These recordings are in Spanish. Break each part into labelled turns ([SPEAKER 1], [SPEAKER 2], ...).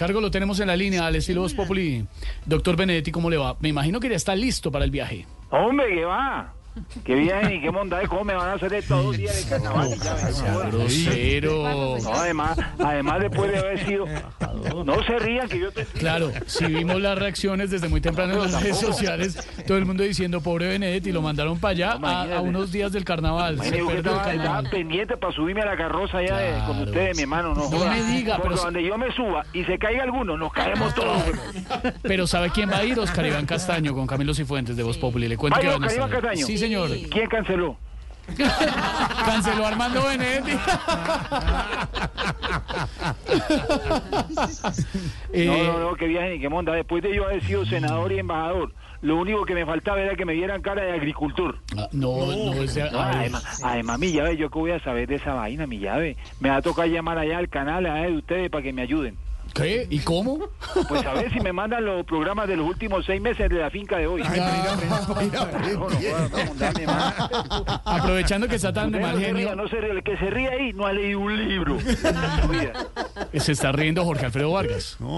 [SPEAKER 1] Cargo lo tenemos en la línea al estilo Voz Populi. Doctor Benedetti, ¿cómo le va? Me imagino que ya está listo para el viaje.
[SPEAKER 2] Hombre, ¿qué va? ¿Qué viaje y qué monda de cómo me van a hacer de todos días de carnaval? y ya ves, no jodas.
[SPEAKER 1] Grosero.
[SPEAKER 2] No, además, además después de haber sido... No se rían que yo te...
[SPEAKER 1] Claro, si vimos las reacciones desde muy temprano en las redes sociales, todo el mundo diciendo, pobre Benedetti, lo mandaron para allá a, a unos días del carnaval. Se
[SPEAKER 2] Imagínate, yo
[SPEAKER 1] perdió
[SPEAKER 2] que
[SPEAKER 1] el
[SPEAKER 2] estaba, estaba
[SPEAKER 1] carnaval.
[SPEAKER 2] pendiente para subirme a la carroza allá de- con
[SPEAKER 1] Claro.
[SPEAKER 2] ustedes, mi hermano. No,
[SPEAKER 1] No
[SPEAKER 2] jodas.
[SPEAKER 1] me diga,
[SPEAKER 2] Porque
[SPEAKER 1] pero-
[SPEAKER 2] donde yo me suba y se caiga alguno, nos caemos todos.
[SPEAKER 1] Pero ¿sabe quién va a ir? Oscar Iván Castaño con Camilo Cifuentes de Voz Populi. Le cuento
[SPEAKER 2] ¿Va a
[SPEAKER 1] que
[SPEAKER 2] ir
[SPEAKER 1] van a
[SPEAKER 2] Oscar Iván
[SPEAKER 1] estar.
[SPEAKER 2] Castaño?
[SPEAKER 1] Sí, señor.
[SPEAKER 2] ¿Quién canceló?
[SPEAKER 1] Canceló Armando Benedetti. Eh,
[SPEAKER 2] No, no, no, qué viaje ni qué monda. Después de yo haber sido senador y embajador, lo único que me faltaba era que me dieran cara de agricultor.
[SPEAKER 1] ah, no, no, es de-
[SPEAKER 2] No,
[SPEAKER 1] a ver.
[SPEAKER 2] además, además, mi llave, yo qué voy a saber de esa vaina, mi llave. Me va a tocar llamar allá al canal, a de ustedes, para que me ayuden.
[SPEAKER 1] ¿Qué? ¿Y cómo?
[SPEAKER 2] Pues a ver si me mandan los programas de los últimos seis meses de la finca de hoy. No, no, no, no, dame más.
[SPEAKER 1] Aprovechando que está tan de
[SPEAKER 2] Usted
[SPEAKER 1] mal
[SPEAKER 2] no se
[SPEAKER 1] genio,
[SPEAKER 2] ría, no se ría. El que se ríe ahí no ha leído un libro.
[SPEAKER 1] se está riendo Jorge Alfredo Vargas,
[SPEAKER 2] Ah, no,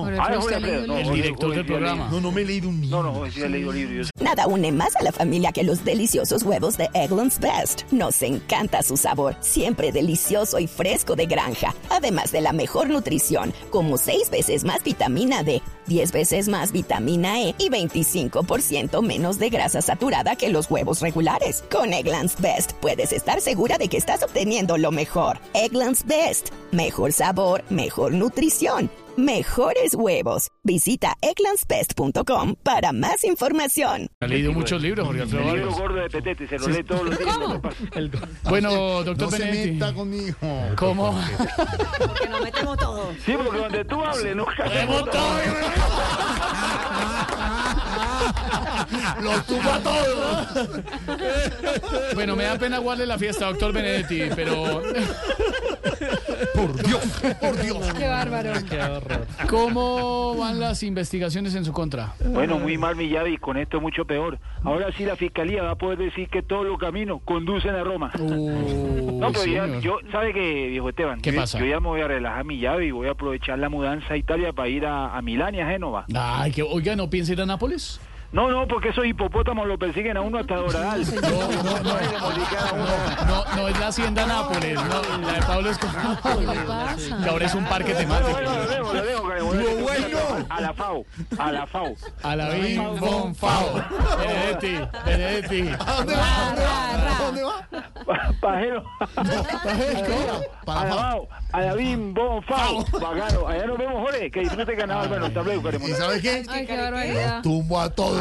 [SPEAKER 2] Jorge Alfredo, no,
[SPEAKER 1] el
[SPEAKER 2] Jorge-
[SPEAKER 1] director
[SPEAKER 2] Jorge
[SPEAKER 1] del
[SPEAKER 2] sí ha leído.
[SPEAKER 1] programa.
[SPEAKER 3] No, no me he leído un
[SPEAKER 2] No, no, Jorge sí ha leído libros. yo
[SPEAKER 4] Nada une más a la familia que los deliciosos huevos de Eggland's Best. Nos encanta su sabor, siempre delicioso y fresco de granja. Además de la mejor nutrición, como 6 veces más vitamina D, 10 veces más vitamina E y 25% menos de grasa saturada que los huevos regulares. Con Eggland's Best puedes estar segura de que estás obteniendo lo mejor. Eggland's Best. Mejor sabor, mejor nutrición. Mejores huevos. Visita egglandsbest.com para más información.
[SPEAKER 1] Ha leído muchos libros Jorge Alfredo
[SPEAKER 2] El libro
[SPEAKER 1] Vargas.
[SPEAKER 2] gordo de Petete, se lo lee todos los días. me lo pasa.
[SPEAKER 1] Bueno, doctor
[SPEAKER 3] No se
[SPEAKER 1] Benedetti,
[SPEAKER 3] meta conmigo.
[SPEAKER 1] ¿cómo?
[SPEAKER 2] Sí, porque donde tú hables, no
[SPEAKER 1] Hemos todo-
[SPEAKER 3] Los tuvo a todos.
[SPEAKER 1] Bueno, me da pena guardarle la fiesta, doctor Benedetti, pero
[SPEAKER 3] Por Dios, por Dios.
[SPEAKER 1] ¿cómo van las investigaciones en su contra?
[SPEAKER 2] Bueno, muy mal, mi llave, y con esto mucho peor. Ahora sí la fiscalía va a poder decir que todos los caminos conducen a Roma.
[SPEAKER 1] Uy,
[SPEAKER 2] No, pero ya,
[SPEAKER 1] señor.
[SPEAKER 2] yo, ¿sabe qué, viejo Esteban?
[SPEAKER 1] ¿Qué
[SPEAKER 2] Yo-
[SPEAKER 1] pasa?
[SPEAKER 2] Yo ya me voy a relajar mi llave y voy a aprovechar la mudanza a Italia para ir a, a Milán y a Génova.
[SPEAKER 1] Ay, que oiga, ¿no piensa ir a Nápoles?
[SPEAKER 2] No, no, porque esos hipopótamos lo persiguen a uno hasta Doradal.
[SPEAKER 1] No, no, no, no, no, no es la hacienda Nápoles, no, la de Pablo Escobar. Que ahora es un parque
[SPEAKER 2] Bueno,
[SPEAKER 1] temático.
[SPEAKER 2] bueno, lo dejo, lo dejo, que le voy a-
[SPEAKER 3] Lo bueno.
[SPEAKER 2] A la FAO, a la FAO.
[SPEAKER 1] A la Bim Bom Fao. Benedetti, Benedetti.
[SPEAKER 3] ¿A dónde va? ¿A dónde va?
[SPEAKER 2] Pajero. A la FAO, a la Bim Bom FAO. Bacano. Allá nos vemos, Jorge. Que disfrute el carnaval. Bueno, hasta luego,
[SPEAKER 3] ¿Y
[SPEAKER 2] Caremona.
[SPEAKER 3] sabes qué? Los tumbo a todos.